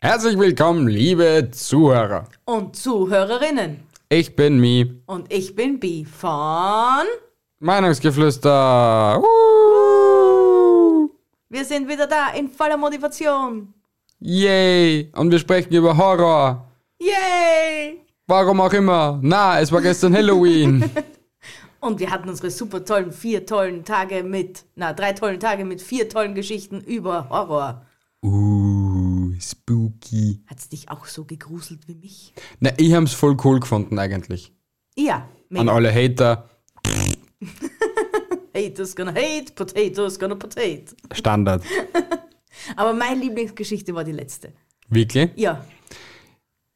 Herzlich willkommen, liebe Zuhörer. und Zuhörerinnen. Ich bin Mi, Und ich bin Bi von. Meinungsgeflüster. Uh, Wir sind wieder da in voller Motivation. yay. Und wir sprechen über Horror. Yay! Warum auch immer. Na, es war gestern Halloween. Und wir hatten unsere super tollen vier tollen Tage mit, na, drei tollen Tage mit vier tollen Geschichten über Horror. uh, spooky. Hat's dich auch so gegruselt wie mich? Na, ich hab's voll cool gefunden eigentlich. Ja, An man. alle Hater. Haters gonna hate, potatoes gonna potato. Standard. Aber meine Lieblingsgeschichte war die letzte. Wirklich? Ja.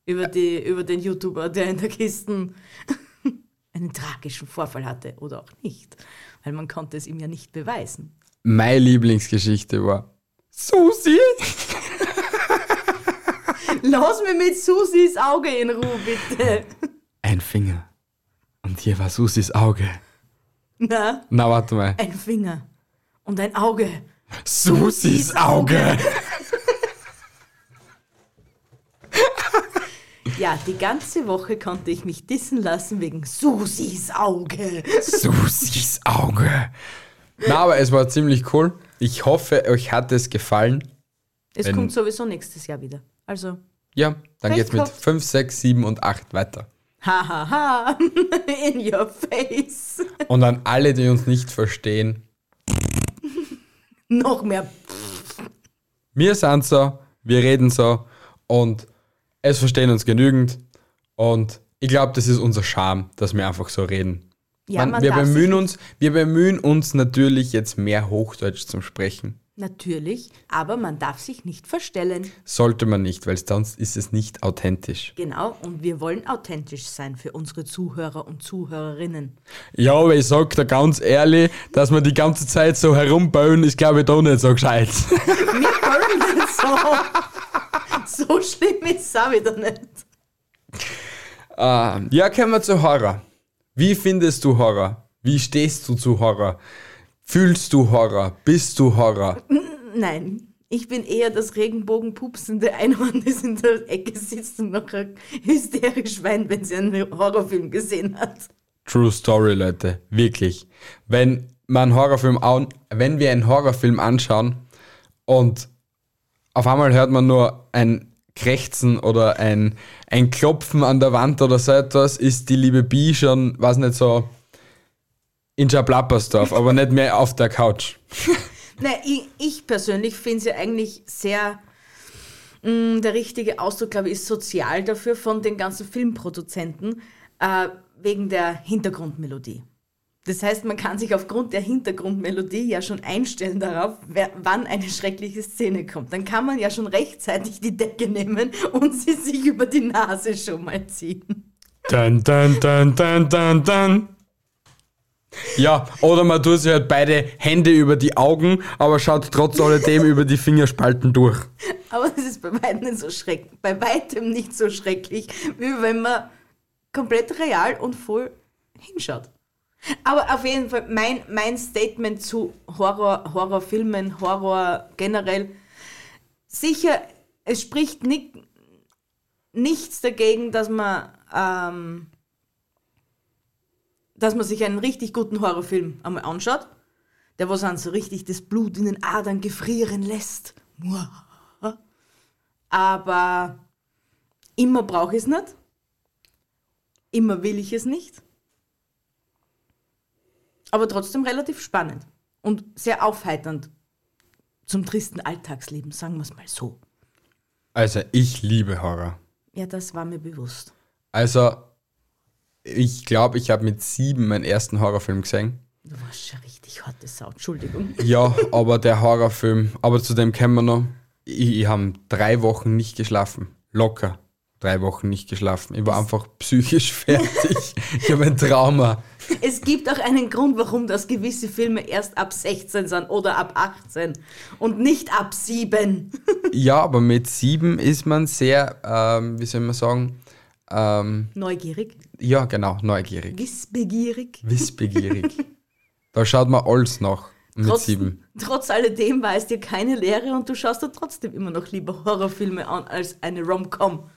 Über, die, über den YouTuber, der in der Kiste einen tragischen Vorfall hatte oder auch nicht. Weil man konnte es ihm ja nicht beweisen. Meine Lieblingsgeschichte war Susi. Lass mir mit Susis Auge in Ruhe, bitte. Ein Finger. Und hier war Susis Auge. Na, Na, warte mal. ein Finger und ein Auge. Susis Auge. Ja, die ganze Woche konnte ich mich dissen lassen wegen Susis Auge. Susis Auge. Na, aber es war ziemlich cool. Ich hoffe, euch hat es gefallen. Es Wenn- kommt sowieso nächstes Jahr wieder. Also, Ja, dann geht's mit Recht 5, 6, 7 und 8 weiter. hahaha, ha, ha. in your face. Und an alle, die uns nicht verstehen, Noch mehr wir sind so, wir reden so und es verstehen uns genügend. Und ich glaube, das ist unser Charme, dass wir einfach so reden. Ja, man wir, darf sich bemühen uns, wir bemühen uns natürlich jetzt mehr Hochdeutsch zum Sprechen. Natürlich, aber man darf sich nicht verstellen. Sollte man nicht, weil sonst ist es nicht authentisch. Genau, und wir wollen authentisch sein für unsere Zuhörer und Zuhörerinnen. Ja, aber ich sag dir ganz ehrlich, dass man die ganze Zeit so herumbauen, ist glaube ich doch nicht so gescheit. Wir wollen das so. So schlimm ist es auch wieder nicht. Ähm, ja, kommen wir zu Horror. Wie findest du Horror? Wie stehst du zu Horror? Fühlst du Horror? Bist du Horror? Nein, ich bin eher das regenbogenpupsende Einhorn, das in der Ecke sitzt und noch hysterisch weint, wenn sie einen Horrorfilm gesehen hat. True Story, Leute. Wirklich. Wenn man einen Horrorfilm an, wenn wir einen Horrorfilm anschauen und auf einmal hört man nur ein Krächzen oder ein, ein Klopfen an der Wand oder so etwas, ist die liebe Bi schon, weiß nicht so, in Schablappersdorf, aber nicht mehr auf der Couch. Nein, ich, ich persönlich finde sie eigentlich sehr. mm, Der richtige Ausdruck, glaube ich, ist sozial dafür von den ganzen Filmproduzenten äh, wegen der Hintergrundmelodie. Das heißt, man kann sich aufgrund der Hintergrundmelodie ja schon einstellen darauf, wer, wann eine schreckliche Szene kommt. Dann kann man ja schon rechtzeitig die Decke nehmen und sie sich über die Nase schon mal ziehen. Dun, dun, dun, dun, dun, dun. Ja, oder man tut sich halt beide Hände über die Augen, aber schaut trotz alledem über die Fingerspalten durch. Aber es ist bei weitem nicht so schrecklich, bei weitem nicht so schrecklich, wie wenn man komplett real und voll hinschaut. Aber auf jeden Fall, mein, mein Statement zu Horror, Horrorfilmen, Horror generell, sicher, es spricht ni nichts dagegen, dass man, ähm, dass man sich einen richtig guten Horrorfilm einmal anschaut, der was an so richtig das Blut in den Adern gefrieren lässt. Muah aber immer brauche ich es nicht. Immer will ich es nicht. Aber trotzdem relativ spannend und sehr aufheiternd zum tristen Alltagsleben, sagen wir es mal so. Also, ich liebe Horror. Ja, das war mir bewusst. Also, ich glaube, ich habe mit sieben meinen ersten Horrorfilm gesehen. Du warst schon richtig harte Sau, Entschuldigung. Ja, aber der Horrorfilm, aber zu dem kennen wir noch. Ich, ich habe drei Wochen nicht geschlafen. Locker. Drei Wochen nicht geschlafen. Ich war einfach psychisch fertig. Ich habe ein Trauma. Es gibt auch einen Grund, warum das gewisse Filme erst ab 16 sind oder ab 18 und nicht ab 7. Ja, aber mit sieben ist man sehr, ähm, wie soll man sagen, ähm, Neugierig, ja genau, neugierig, wissbegierig. wissbegierig. da schaut man alles nach. mit Trotz, sieben. trotz alledem war es dir keine Lehre und du schaust dir trotzdem immer noch lieber Horrorfilme an als eine Rom-Com.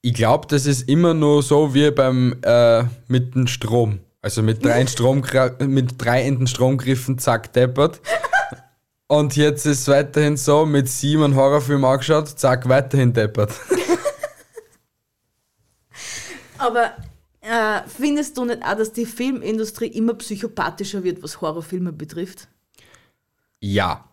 Ich glaube, das ist immer nur so wie beim äh, mit dem Strom. Also mit drei, Stromgra- mit drei Enden Stromgriffen, zack, deppert. Und jetzt ist es weiterhin so, mit sieben einen Horrorfilm angeschaut, zack, weiterhin deppert. Aber äh, findest du nicht auch, dass die Filmindustrie immer psychopathischer wird, was Horrorfilme betrifft? Ja.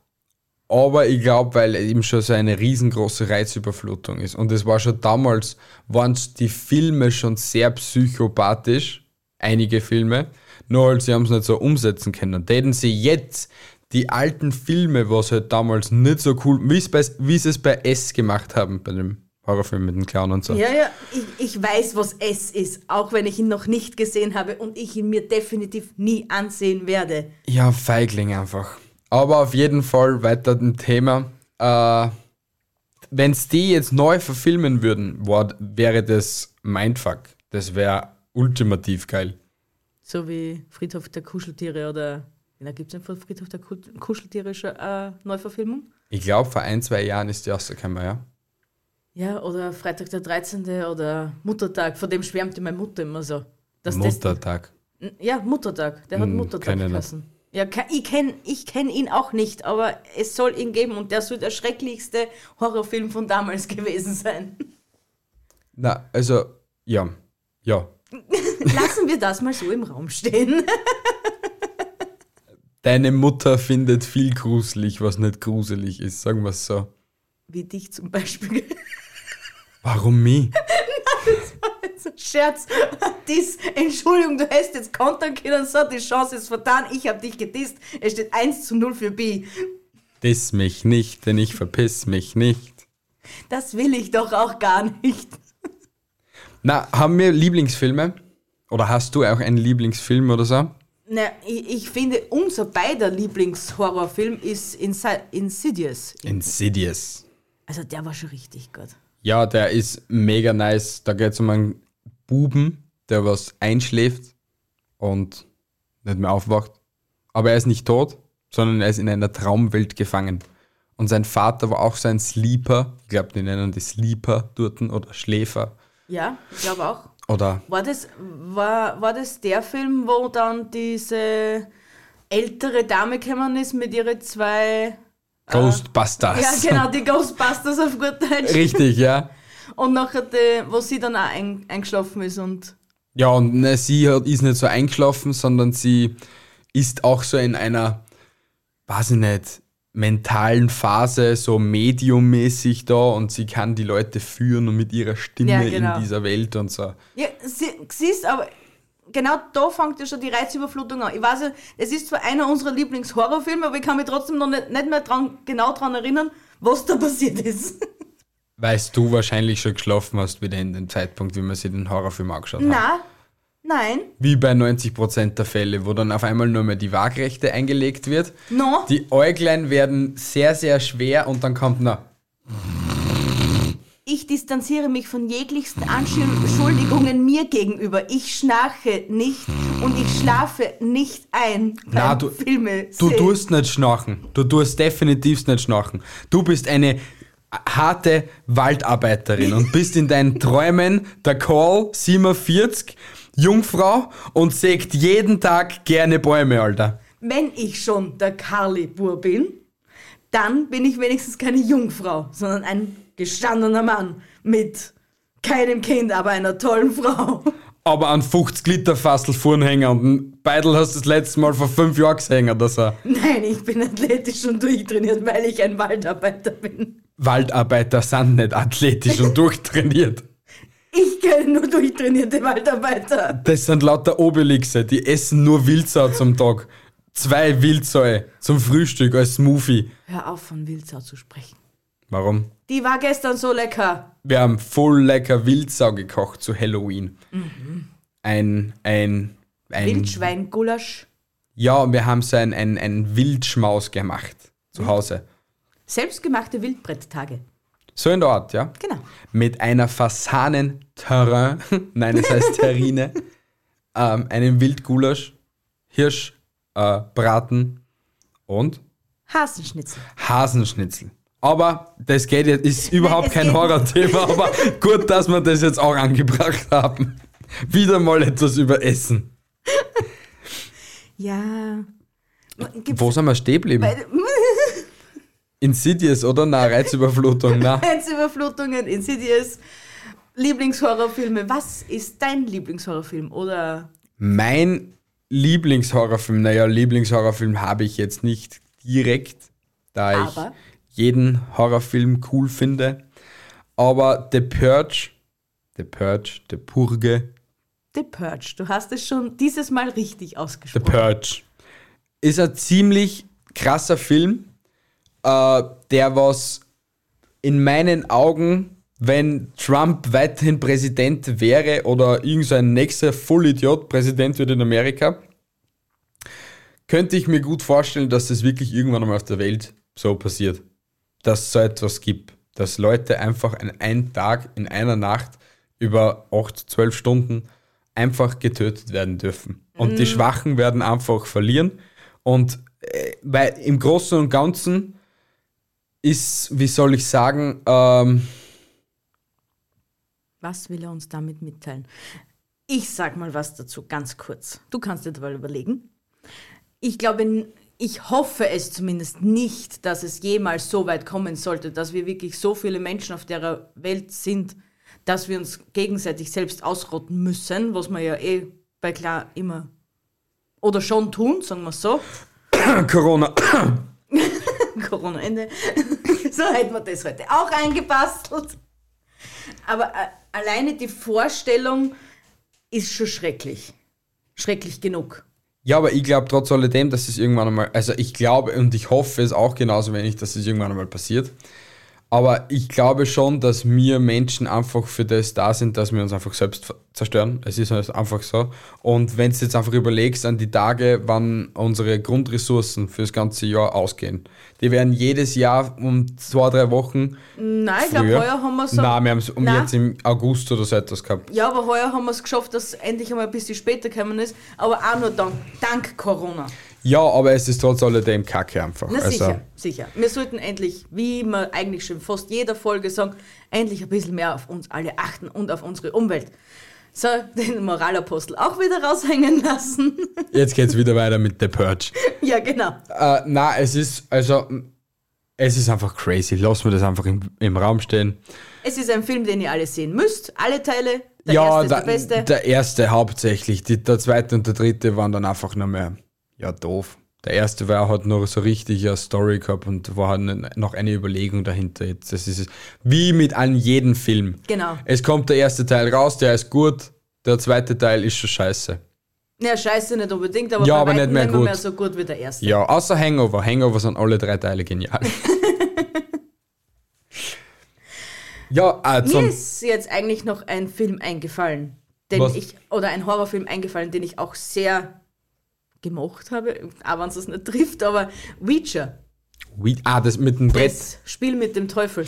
Aber ich glaube, weil eben schon so eine riesengroße Reizüberflutung ist. Und es war schon damals, waren die Filme schon sehr psychopathisch, einige Filme, nur halt sie haben es nicht so umsetzen können. Täten sie jetzt die alten Filme, was halt damals nicht so cool, wie es bei- wie sie es bei S gemacht haben, bei dem Horrorfilm mit dem Clown und so. Ja, ja, ich, ich weiß, was es ist, auch wenn ich ihn noch nicht gesehen habe und ich ihn mir definitiv nie ansehen werde. Ja, Feigling einfach. Aber auf jeden Fall weiter dem Thema. Äh, Wenn es die jetzt neu verfilmen würden, war, wäre das Mindfuck. Das wäre ultimativ geil. So wie Friedhof der Kuscheltiere oder. Na, gibt es einen Friedhof der Ku- Kuscheltiere schon äh, Neuverfilmung? Ich glaube, vor ein, zwei Jahren ist die rausgekommen, ja? Ja, oder Freitag der 13. oder Muttertag, von dem schwärmte meine Mutter immer so. Dass das- Muttertag. N- ja, Muttertag, der hat Hm, Muttertag kenn ich geheißen. Ja, ke- ich kenne ich kenn ihn auch nicht, aber es soll ihn geben und der soll der schrecklichste Horrorfilm von damals gewesen sein. Na, also, ja. Ja. Lassen wir das mal so im Raum stehen. Deine Mutter findet viel gruselig, was nicht gruselig ist, sagen wir es so. Wie dich zum Beispiel. Warum mich? So ein Scherz. Diss. Entschuldigung, du hast jetzt kontern können, so, die Chance ist vertan, ich habe dich gedisst. Es steht 1 zu 0 für B. Diss mich nicht, denn ich verpiss mich nicht. Das will ich doch auch gar nicht. Na, haben wir Lieblingsfilme? Oder hast du auch einen Lieblingsfilm oder so? Na, ich, ich finde, unser beider Lieblingshorrorfilm ist Insi Insidious. Insidious. Also der war schon richtig gut. Ja, der ist mega nice. Da geht es um einen Buben, der was einschläft und nicht mehr aufwacht. Aber er ist nicht tot, sondern er ist in einer Traumwelt gefangen. Und sein Vater war auch sein Sleeper. Ich glaube, die nennen die Sleeper dort oder Schläfer. Ja, ich glaube auch. Oder War das, war, war das der Film, wo dann diese ältere Dame gekommen ist mit ihren zwei... Ghostbusters. Ja, genau, die Ghostbusters auf gut Deutsch. Richtig, ja. Und nachher, die, wo sie dann auch ein, eingeschlafen ist und... Ja, und ne, sie hat, ist nicht so eingeschlafen, sondern sie ist auch so in einer, weiß ich nicht, mentalen Phase, so mediummäßig da und sie kann die Leute führen und mit ihrer Stimme Ja, genau. in dieser Welt und so. Ja, sie, siehst, aber genau da fängt ja schon die Reizüberflutung an. Ich weiß ja, es ist zwar einer unserer Lieblingshorrorfilme, aber ich kann mich trotzdem noch nicht, nicht mehr dran, genau daran erinnern, was da passiert ist. Weißt du wahrscheinlich schon geschlafen hast, wieder in den Zeitpunkt, wie man sich den Horrorfilm angeschaut hat. Na, nein, Wie bei 90% der Fälle, wo dann auf einmal nur mehr die Waagrechte eingelegt wird. no. Die Äuglein werden sehr, sehr schwer und dann kommt, na, Ich distanziere mich von jeglichsten Anschuldigungen mir gegenüber. Ich schnarche nicht und ich schlafe nicht ein. Na, beim du- Filme Du sehen. tust nicht schnarchen. Du tust definitiv nicht schnarchen. Du bist eine harte Waldarbeiterin und bist in deinen Träumen der Call 47 Jungfrau und sägt jeden Tag gerne Bäume, Alter. Wenn ich schon der Karlibur bin, dann bin ich wenigstens keine Jungfrau, sondern ein gestandener Mann mit keinem Kind, aber einer tollen Frau. Aber an 50 Liter Fassel Vornhänger und ein Beidel hast du das letzte Mal vor fünf Jahren gesehen oder so. Nein, ich bin athletisch und durchtrainiert, weil ich ein Waldarbeiter bin. Waldarbeiter sind nicht athletisch und durchtrainiert. Ich kenne nur durchtrainierte Waldarbeiter. Das sind lauter Obelixe, die essen nur Wildsau zum Tag. Zwei Wildsäue zum Frühstück als Smoothie. Hör auf, von Wildsau zu sprechen. Warum? Die war gestern so lecker. Wir haben voll lecker Wildsau gekocht zu Halloween. Ein, ein, ein. Wildschweingulasch. Ja, und wir haben so ein, ein, ein Wildschmaus gemacht. Zu Hause. Selbstgemachte Wildbretttage. So in der Art, ja? Genau. Mit einer Fasanen-Terrain, nein, das heißt Terrine, ähm, einem Wildgulasch, Hirsch, äh, Braten Und? Hasenschnitzel. Hasenschnitzel. Aber das geht jetzt, ist überhaupt es kein geht- Horrorthema, aber gut, dass wir das jetzt auch angebracht haben. Wieder mal etwas über Essen. Ja. Gibt's Wo sind wir stehen geblieben? Insidious, oder? Na, Reizüberflutung, na. Grenzüberflutungen, Insidious, Lieblingshorrorfilme. Was ist dein Lieblingshorrorfilm? Oder Mein Lieblingshorrorfilm, naja, Lieblingshorrorfilm habe ich jetzt nicht direkt, da Aber? ich jeden Horrorfilm cool finde. Aber The Purge, The Purge, The Purge, The Purge? Du hast es schon dieses Mal richtig The ausgesprochen. Purge. Ist ein ziemlich krasser Film, äh, der was in meinen Augen, wenn Trump weiterhin Präsident wäre oder irgendein nächster Vollidiot Präsident wird in Amerika, könnte ich mir gut vorstellen, dass das wirklich irgendwann einmal auf der Welt so passiert. Dass es so etwas gibt. Dass Leute einfach an einem Tag, in einer Nacht über 8, 12 Stunden einfach getötet werden dürfen. Und die Schwachen werden einfach verlieren. Und äh, weil im Großen und Ganzen ist, wie soll ich sagen, ähm, Was will er uns damit mitteilen? Ich sag mal was dazu, ganz kurz. Du kannst dir dabei überlegen. Ich glaube, n- ich hoffe es zumindest nicht, dass es jemals so weit kommen sollte, dass wir wirklich so viele Menschen auf der Welt sind, dass wir uns gegenseitig selbst ausrotten müssen, was wir ja eh bei klar immer oder schon tun, sagen wir so. Corona. Corona-Ende. so hätten wir das heute auch eingebastelt. Aber äh, alleine die Vorstellung ist schon schrecklich. Schrecklich genug. Ja, aber ich glaube trotz alledem, dass es irgendwann einmal, also ich glaube und ich hoffe es auch genauso wenig, dass es irgendwann einmal passiert. Aber ich glaube schon, dass wir Menschen einfach für das da sind, dass wir uns einfach selbst ver- zerstören. Es ist halt einfach so. Und wenn du jetzt einfach überlegst an die Tage, wann unsere Grundressourcen fürs ganze Jahr ausgehen, die werden jedes Jahr um zwei, drei Wochen. Nein, ich glaube, früher- heuer haben wir so. Nein, wir haben es um Nein. jetzt im August oder so etwas gehabt. ja, aber heuer haben wir es geschafft, dass es endlich einmal ein bisschen später gekommen ist. Aber auch nur dank, dank Corona. Ja, aber es ist trotz alledem Kacke einfach. Na also, sicher, sicher. Wir sollten endlich, wie wir eigentlich schon fast jeder Folge sagen, endlich ein bisschen mehr auf uns alle achten und auf unsere Umwelt. So, den Moralapostel auch wieder raushängen lassen. Jetzt geht's wieder weiter mit The Purge. ja, genau. Äh, na, es ist, also, es ist einfach crazy. Lass mir das einfach im, im Raum stehen. Es ist ein Film, den ihr alle sehen müsst. Alle Teile. Der ja, erste ist der beste. der erste hauptsächlich. Die, der zweite und der dritte waren dann einfach nur mehr, ja, doof. Der erste war halt nur so richtig eine Story gehabt und war halt n- noch eine Überlegung dahinter. Jetzt, das ist es. wie mit an jedem Film. genau. Es kommt der erste Teil raus, der ist gut, der zweite Teil ist schon scheiße. Ja, scheiße nicht unbedingt, aber, Ja, bei aber weitem nicht mehr gut. so gut wie der erste. Ja, außer Hangover. Hangover sind alle drei Teile genial. ja, äh, Mir zum, ist jetzt eigentlich noch ein Film eingefallen, den Was? ich, oder ein Horrorfilm eingefallen, den ich auch sehr gemocht habe, auch wenn es nicht trifft, aber Witcher, Wie- ah, das mit dem Brett. das Spiel mit dem Teufel.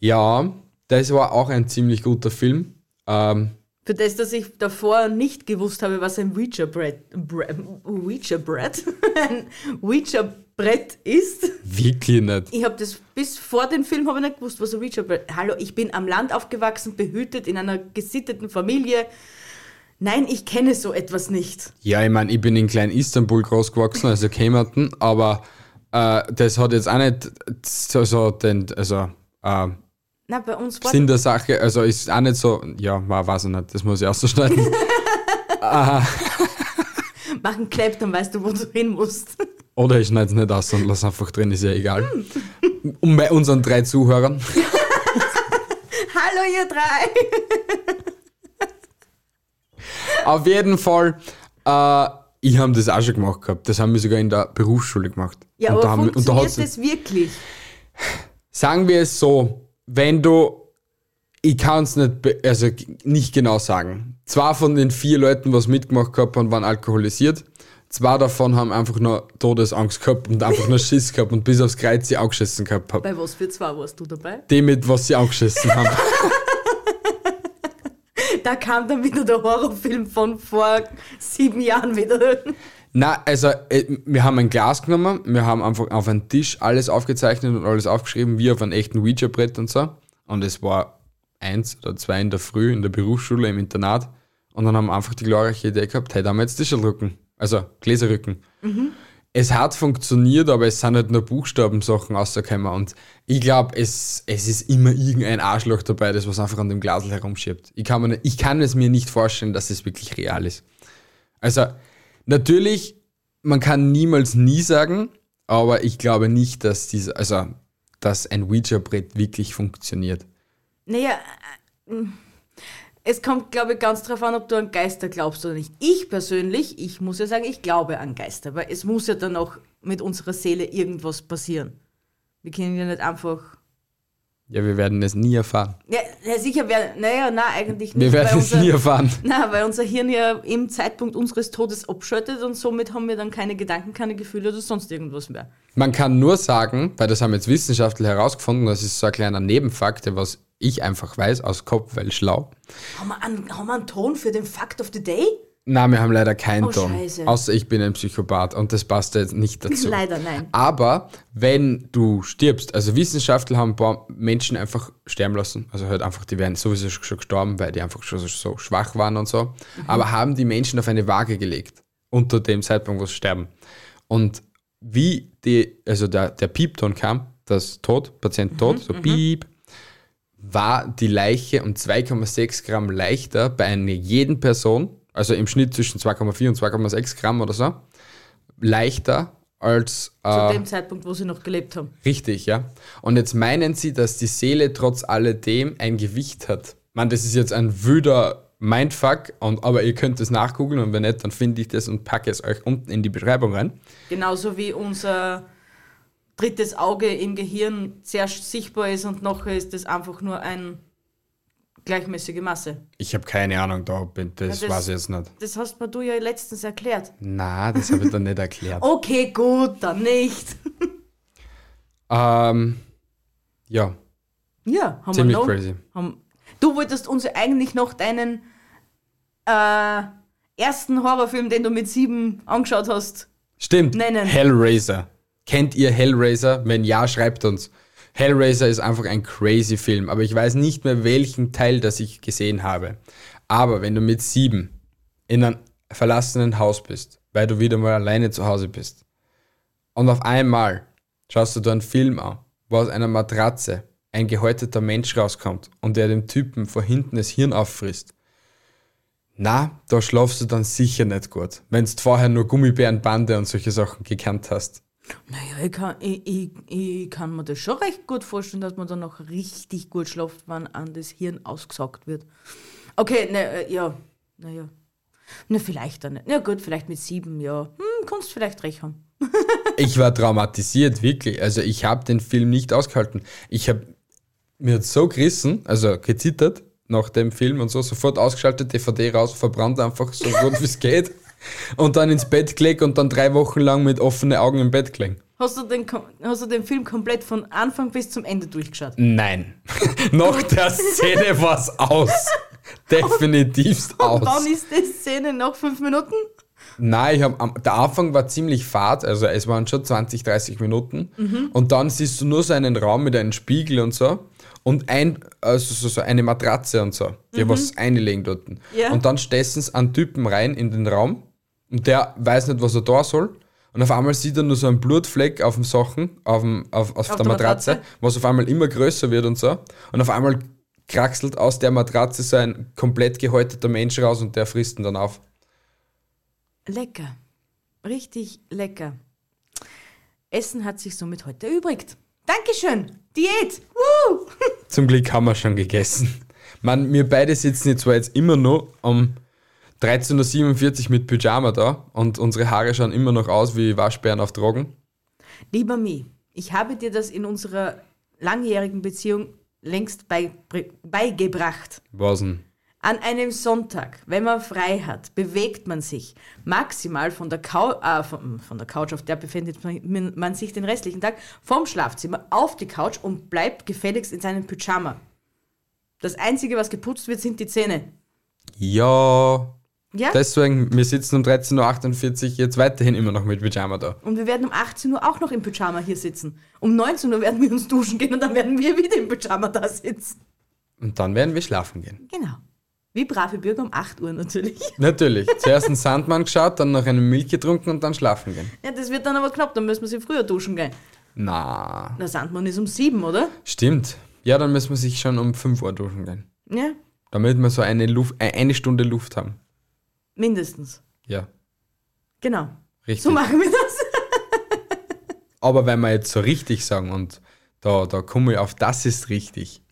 Ja, das war auch ein ziemlich guter Film. Ähm, Für das, dass ich davor nicht gewusst habe, was ein Witcher-Brett Bre- Witcher-Brett ein Witcher-Brett ist. wirklich nicht. Ich habe das bis vor dem Film habe ich nicht gewusst, was ein Witcher-Brett Hallo, ich bin am Land aufgewachsen, behütet in einer gesitteten Familie. Nein, ich kenne so etwas nicht. Ja, ich meine, ich bin in Klein Istanbul groß gewachsen, also Kämerten, aber äh, das hat jetzt auch nicht so, so den, also äh, Na, bei uns war Sinn der Sache, also ist auch nicht so, ja, wa- weiß ich nicht, das muss ich ausschneiden. machen Clap, dann weißt du, wo du hin musst. Oder ich schneide es nicht aus und lass einfach drin, ist ja egal. Und bei unseren drei Zuhörern. Hallo, ihr drei! Auf jeden Fall, äh, ich habe das auch schon gemacht gehabt. Das haben wir sogar in der Berufsschule gemacht. Ja, und aber da haben, und da funktioniert hat's, das wirklich? Sagen wir es so, wenn du, ich kann es nicht, be- also g- nicht genau sagen. Zwei von den vier Leuten, was mitgemacht gehabt haben, waren alkoholisiert. Zwei davon haben einfach nur Todesangst gehabt und einfach nur Schiss gehabt und bis aufs Kreuz sie angeschissen gehabt haben. Bei was für zwei warst du dabei? Dem mit, was sie angeschissen haben. Da kam dann wieder der Horrorfilm von vor sieben Jahren wieder. Na, also äh, wir haben ein Glas genommen, wir haben einfach auf einen Tisch alles aufgezeichnet und alles aufgeschrieben, wie auf einem echten Ouija-Brett und so. Und es war eins oder zwei in der Früh in der Berufsschule im Internat. Und dann haben wir einfach die glorreiche Idee gehabt, hey, da haben wir jetzt Tischelrücken, also Gläserrücken. Es hat funktioniert, aber es sind halt nur Buchstabensachen rausgekommen. Und ich glaube, es, es ist immer irgendein Arschloch dabei, das was einfach an dem Glasl herumschiebt. Ich kann, mir, nicht- ich kann es mir nicht vorstellen, dass es wirklich real ist. Also, natürlich, man kann niemals nie sagen, aber ich glaube nicht, dass diese, also, dass ein Ouija-Brett wirklich funktioniert. Naja, äh, mh. es kommt, glaube ich, ganz drauf an, ob du an Geister glaubst oder nicht. Ich persönlich, ich muss ja sagen, ich glaube an Geister, weil es muss ja dann auch mit unserer Seele irgendwas passieren. Wir können ja nicht einfach. Ja, wir werden es nie erfahren. Ja, ja, sicher, wär, naja, nein, eigentlich nicht. Wir werden weil es unser- nie erfahren. Na, weil unser Hirn ja im Zeitpunkt unseres Todes abschaltet und somit haben wir dann keine Gedanken, keine Gefühle oder sonst irgendwas mehr. Man kann nur sagen, weil das haben jetzt Wissenschaftler herausgefunden, das ist so ein kleiner Nebenfakt, der was ich einfach weiß, aus Kopf, weil schlau. Haben wir einen, haben wir einen Ton für den Fact of the Day? Na, wir haben leider keinen Oh, Ton. scheiße. Außer ich bin ein Psychopath und das passt jetzt nicht dazu. Leider nein. Aber wenn du stirbst, also Wissenschaftler haben ein paar Menschen einfach sterben lassen. Also halt einfach, die wären sowieso schon gestorben, weil die einfach schon so- so schwach waren und so. Mhm. Aber haben die Menschen auf eine Waage gelegt, unter dem Zeitpunkt, wo sie sterben. Und wie die, also der, der Piepton kam, das Tod, Patient Mhm, tot, so Piep, war die Leiche um 2,6 Gramm leichter bei einer jeden Person, also im Schnitt zwischen 2,4 und 2,6 Gramm oder so, leichter als Zu äh, dem Zeitpunkt, wo sie noch gelebt haben. richtig, ja. Und jetzt meinen sie, dass die Seele trotz alledem ein Gewicht hat. Man, das ist jetzt ein wüder Mindfuck, und, aber ihr könnt es nachgoogeln und wenn nicht, dann finde ich das und packe es euch unten in die Beschreibung rein. Genauso wie unser drittes Auge im Gehirn sehr sichtbar ist und nachher ist das einfach nur eine gleichmäßige Masse. Ich habe keine Ahnung, da bin, das, Ja, das- weiß ich jetzt nicht. Das hast mir du ja letztens erklärt. Na, das habe ich dann nicht erklärt. Okay, gut, dann nicht. Ähm, ja, Ja, haben ziemlich wir noch. crazy. Haben, du wolltest uns ja eigentlich noch deinen äh, ersten Horrorfilm, den du mit sieben angeschaut hast. Stimmt. Nennen. Hellraiser. Kennt ihr Hellraiser? Wenn ja, schreibt uns. Hellraiser ist einfach ein crazy Film, aber ich weiß nicht mehr, welchen Teil das ich gesehen habe. Aber wenn du mit sieben in einem verlassenen Haus bist, weil du wieder mal alleine zu Hause bist, und auf einmal schaust du da einen Film an, wo aus einer Matratze ein gehäuteter Mensch rauskommt und der dem Typen vor hinten das Hirn auffrisst, na, da schlafst du dann sicher nicht gut, wenn du vorher nur Gummibärenbande und solche Sachen gekannt hast. Naja, ich kann, ich, ich, ich kann mir das schon recht gut vorstellen, dass man dann noch richtig gut schlaft, wenn an das Hirn ausgesaugt wird. Okay, na, äh, ja, naja. Na, vielleicht dann nicht. Na gut, vielleicht mit sieben, ja. Hm, kannst vielleicht recht haben. Ich war traumatisiert, wirklich. Also ich habe den Film nicht ausgehalten. Ich habe mir hat's so gerissen, also gezittert nach dem Film und so, sofort ausgeschaltet, DVD raus, verbrannt einfach so gut wie es geht. Und dann ins Bett gelegt und dann drei Wochen lang mit offenen Augen im Bett gelegen. Hast du, den, kom- hast du den Film komplett von Anfang bis zum Ende durchgeschaut? Nein. nach der Szene war es aus. Definitivst aus. Und dann ist die Szene nach fünf Minuten? Nein, ich hab, am- der Anfang war ziemlich fad, also es waren schon 20, 30 Minuten. Und dann siehst du nur so einen Raum mit einem Spiegel und so und ein, also so, so eine Matratze und so, die was einlegen dort. Ja. Und dann stessen sie einen Typen rein in den Raum und der weiß nicht, was er da soll. Und auf einmal sieht er nur so einen Blutfleck auf dem Sachen, auf, dem, auf, auf, der, der Matratze, Matratze. was auf einmal immer größer wird und so. Und auf einmal kraxelt aus der Matratze so ein komplett gehäuteter Mensch raus und der frisst ihn dann auf. Lecker. Richtig lecker. Essen hat sich somit heute erübrigt. Dankeschön. Diät. Woo! Zum Glück haben wir schon gegessen. Man, wir beide sitzen jetzt zwar jetzt immer noch um 13.47 Uhr mit Pyjama da und unsere Haare schauen immer noch aus wie Waschbären auf Drogen. Lieber Mi, ich habe dir das in unserer langjährigen Beziehung längst beibr- beigebracht. Was denn? An einem Sonntag, wenn man frei hat, bewegt man sich maximal von der, Cou äh, von, von der Couch, auf der befindet man man sich den restlichen Tag, vom Schlafzimmer auf die Couch und bleibt gefälligst in seinem Pyjama. Das Einzige, was geputzt wird, sind die Zähne. Ja, Ja. Deswegen, wir sitzen um 13.48 Uhr jetzt weiterhin immer noch mit Pyjama da. Und wir werden um 18 Uhr auch noch im Pyjama hier sitzen. Um 19 Uhr werden wir uns duschen gehen und dann werden wir wieder im Pyjama da sitzen. Und dann werden wir schlafen gehen. Genau. Wie brave Bürger um 8 Uhr natürlich. Natürlich. Zuerst einen Sandmann geschaut, dann noch eine Milch getrunken und dann schlafen gehen. Ja, das wird dann aber knapp, dann müssen wir sie früher duschen gehen. Na, Der Sandmann ist um 7, oder? stimmt. Ja, dann müssen wir sich schon um 5 Uhr duschen gehen. Ja, Damit wir so eine, Luft, äh, eine Stunde Luft haben. mindestens. Ja, Genau. richtig. So machen wir das. Aber wenn wir jetzt so richtig sagen, und da, da komme ich auf, das ist richtig.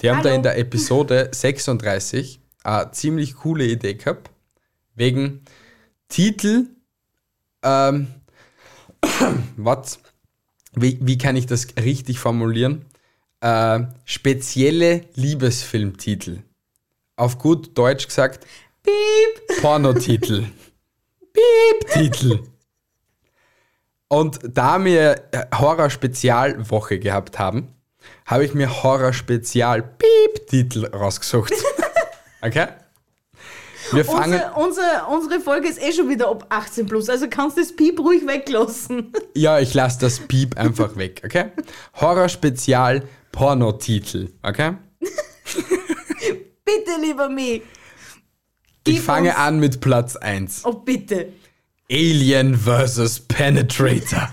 Die haben da Hallo. in der Episode 36 eine ziemlich coole Idee gehabt, wegen Titel, ähm, was, wie, wie kann ich das richtig formulieren? Äh, spezielle Liebesfilmtitel. Auf gut Deutsch gesagt, Piep. Pornotitel. Piep-Titel. Und da wir äh, Horror-Spezial-Woche gehabt haben, habe ich mir Horror-Spezial-Piep-Titel rausgesucht. Okay? Wir fangen. Unsere, unsere, unsere Folge ist eh schon wieder ab 18 plus, also kannst das Piep ruhig weglassen. Ja, ich lasse das Piep einfach weg, okay? Horror-Spezial-Pornotitel, okay? Bitte, lieber mich. Ich Gib fange uns- an mit Platz 1. Oh, bitte. Alien vs. Penetrator.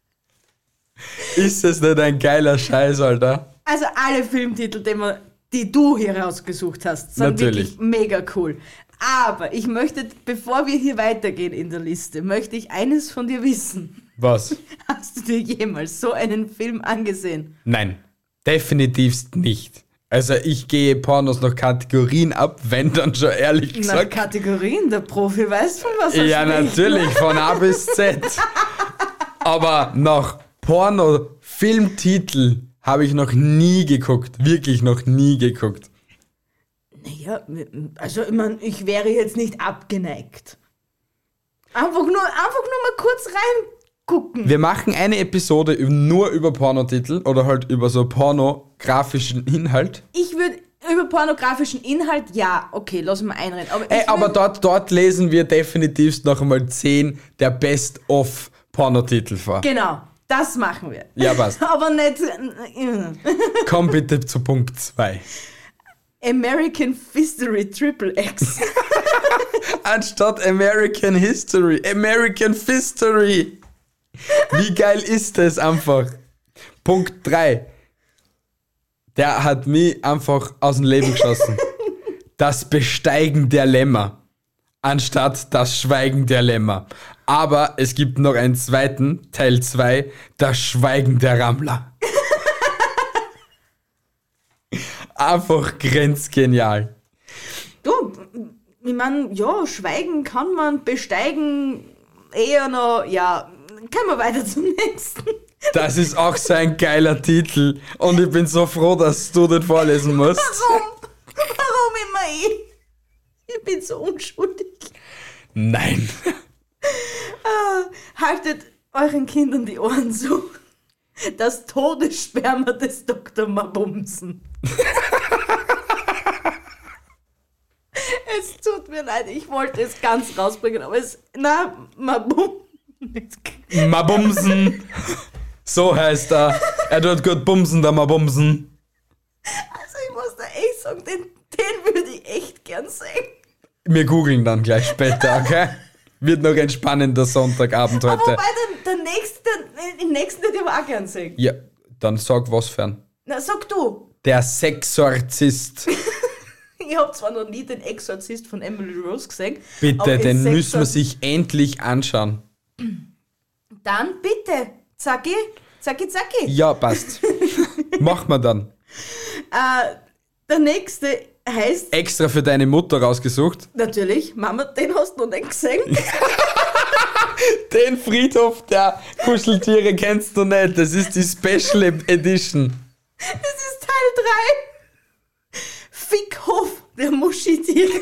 Ist das nicht ein geiler Scheiß, Alter? Also alle Filmtitel, die, man, die du hier rausgesucht hast, sind Natürlich. wirklich mega cool. Aber ich möchte, bevor wir hier weitergehen in der Liste, möchte ich eines von dir wissen. Was? Hast du dir jemals so einen Film angesehen? Nein, definitiv nicht. Also ich gehe Pornos nach Kategorien ab, wenn dann schon ehrlich Na, gesagt. Kategorien, der Profi weiß von was er ja, spricht. natürlich, von A bis Z. Aber nach Porno-Filmtitel habe ich noch nie geguckt. Wirklich noch nie geguckt. Naja, also ich, mein, ich wäre jetzt nicht abgeneigt. Einfach nur, einfach nur mal kurz reingucken. Wir machen eine Episode üb- nur über Pornotitel oder halt über so pornografischen Inhalt. Ich würde über pornografischen Inhalt, ja, okay, lass mal einreden. Aber, Ey, ich Äh, aber würd- dort, dort lesen wir definitiv noch einmal 10 der Best-of-Pornotitel vor. Genau, das machen wir. Ja, passt. Aber nicht äh, Komm bitte zu Punkt 2. äh, American Fistory Triple X. Anstatt American History, American Fistory. Wie geil ist das einfach? Punkt 3. Der hat mich einfach aus dem Leben geschossen. Das Besteigen der Lämmer. Anstatt das Schweigen der Lämmer. Aber es gibt noch einen zweiten, Teil 2, das Schweigen der Rammler. Einfach grenzgenial. du, ich meine, ja, schweigen kann man, besteigen eher noch, ja, können wir weiter zum nächsten. Das ist auch so ein geiler Titel. Und ich bin so froh, dass du den vorlesen musst. Warum? Warum immer ich? Ich bin so unschuldig. Nein. Haltet euren Kindern die Ohren zu. Das Todessperma des Dr. Mabumsen. es tut mir leid, ich wollte es ganz rausbringen, aber es. Na, Mabum. Mabumsen. So heißt er. Er tut gut bumsen, der Mabumsen. Also, ich muss da echt sagen, den, den würde ich echt gern sehen. Wir googeln dann gleich später, okay? Wird noch ein spannender Sonntagabend Aber heute. wobei, der, der nächste, der, den nächsten würde ich aber auch gern sehen. Ja, dann sag was fern. Na, sag du. Der Sexorzist. Ich habe zwar noch nie den Exorzist von Emily Rose gesehen. aber Bitte, in den Sex- müssen wir sich endlich anschauen. Dann bitte, Zacki, Zacki, Zacki. Ja, passt. Machen wir dann. Äh, der nächste heißt Extra für deine Mutter rausgesucht. natürlich, Mama, den hast du noch nicht gesehen. Den Friedhof der Kuscheltiere kennst du nicht. Das ist die Special Edition. Das ist Teil 3. Fickhof der Muschitiere.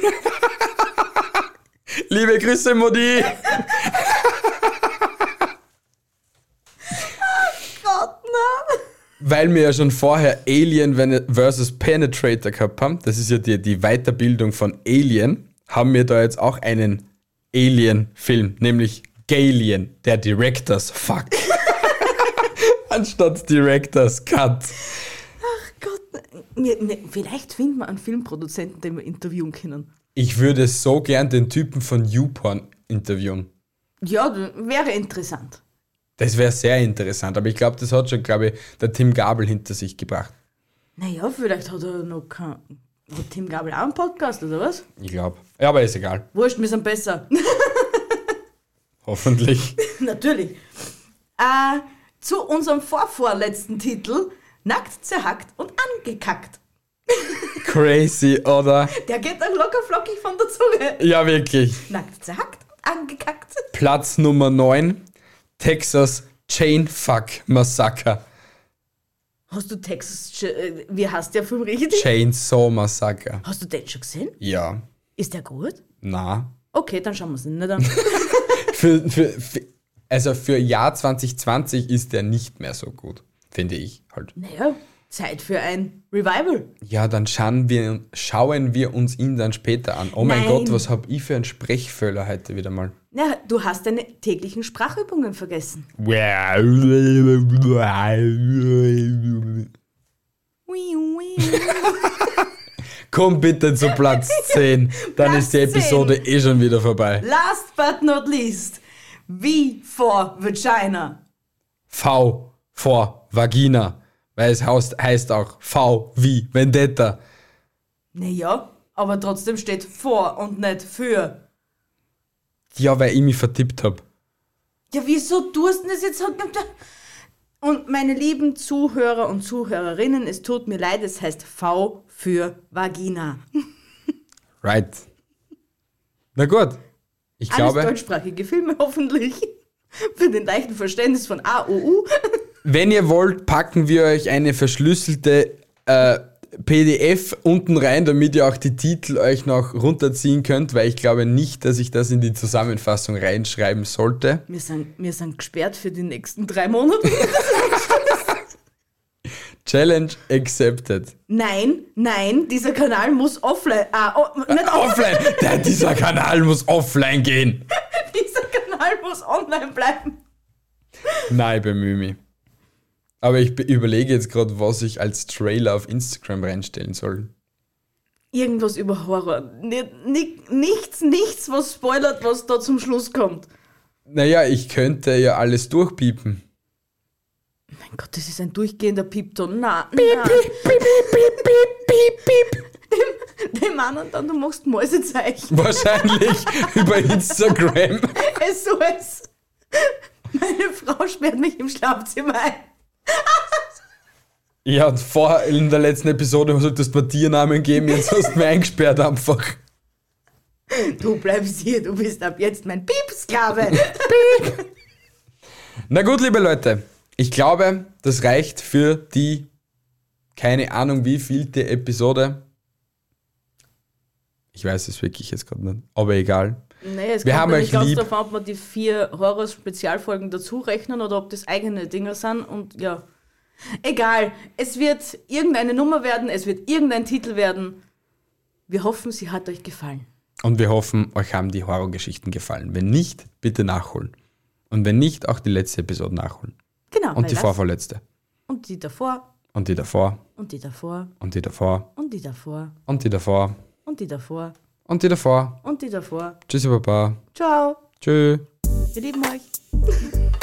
Liebe Grüße, Modi. Gott, na. Weil wir ja schon vorher Alien vs. Penetrator gehabt haben. Das ist ja die, die Weiterbildung von Alien. haben wir da jetzt auch einen Alien-Film, nämlich Galien, der Directors Fuck. Anstatt Directors Cut. Gott, mir, mir, vielleicht finden wir einen Filmproduzenten, den wir interviewen können. Ich würde so gern den Typen von YouPorn interviewen. Ja, d- wäre interessant. Das wäre sehr interessant, aber ich glaube, das hat schon, glaube ich, der Tim Gabel hinter sich gebracht. Naja, vielleicht hat er noch kein. Hat Tim Gabel auch einen Podcast oder was? Ich glaube. Ja, aber ist egal. Wurscht, wir sind besser. Hoffentlich. Natürlich. Äh, zu unserem vorvorletzten Titel: Nackt, zerhackt und angekackt. Crazy, oder? Der geht dann locker flockig von der Zunge. Ja, wirklich. Nackt, zerhackt und angekackt. Platz Nummer 9, Texas Chainfuck Massacre. Hast du Texas. Ch- äh, Wie heißt der Film richtig? Chainsaw Massacre. Hast du den schon gesehen? Ja, Ist der gut? na. Okay, dann schauen wir es nicht an. Für, für, für, also für Jahr 2020 ist der nicht mehr so gut, finde ich halt. naja, Zeit für ein Revival. Ja, dann schauen wir, schauen wir uns ihn dann später an. Oh mein Nein. Gott, was hab ich für einen Sprechfehler heute wieder mal. Na, du hast deine täglichen Sprachübungen vergessen. Ui, ui. Komm bitte zu Platz 10, dann Platz ist die Episode eh schon wieder vorbei. Last but not least, V for Vagina. V vor Vagina, weil es heißt, heißt auch V wie Vendetta. Naja, aber trotzdem steht vor und nicht für. Ja, weil ich mich vertippt hab. Ja, wieso dursten es jetzt? Und meine lieben Zuhörer und Zuhörerinnen, es tut mir leid, es heißt V für Vagina. Right. Na gut. Ich Alles glaube, deutschsprachige Filme hoffentlich. Für den leichten Verständnis von AOU. wenn ihr wollt, packen wir euch eine verschlüsselte äh, PDF unten rein, damit ihr auch die Titel euch noch runterziehen könnt, weil ich glaube nicht, dass ich das in die Zusammenfassung reinschreiben sollte. Wir sind, wir sind gesperrt für die nächsten drei Monate. Challenge accepted. Nein, nein, dieser Kanal muss offline. Ah, oh, nicht offline. Äh, Offline! Der, dieser Kanal muss offline gehen. Dieser Kanal muss online bleiben. Nein, ich bemühe mich. Aber ich be- überlege jetzt gerade, was ich als Trailer auf Instagram reinstellen soll. Irgendwas über Horror. Ni- ni- Nichts, nichts, was spoilert, was da zum Schluss kommt. Naja, ich könnte ja alles durchpiepen. Mein Gott, das ist ein durchgehender Piepton. Na, na. Dem, dem anderen dann, du machst Mäusezeichen. Wahrscheinlich über Instagram. SOS. Meine Frau sperrt mich im Schlafzimmer ein. Ja, und vor in der letzten Episode solltest du mir Tiernamen geben, jetzt hast du mich eingesperrt einfach. Du bleibst hier, du bist ab jetzt mein Piepsklave. Na gut, liebe Leute, ich glaube, das reicht für die keine Ahnung wie vielte Episode. Ich weiß es wirklich jetzt gerade nicht, aber egal. Naja, es Wir kommt haben ja euch nicht ganz lieb. darauf an, ob man die vier Horror-Spezialfolgen dazu rechnen oder ob das eigene Dinger sind und ja. Egal, es wird irgendeine Nummer werden, es wird irgendein Titel werden. Wir hoffen, sie hat euch gefallen. Und wir hoffen, euch haben die Horrorgeschichten gefallen. Wenn nicht, bitte nachholen. Und wenn nicht, auch die letzte Episode nachholen. Genau. weil Und die das- vorvorletzte. Und die davor, Und die davor. und die davor, Und die davor. und die davor, Und die davor. und die davor, Und die davor. und die davor. Tschüssi, Papa. Ciao, Tschüss. wir lieben euch.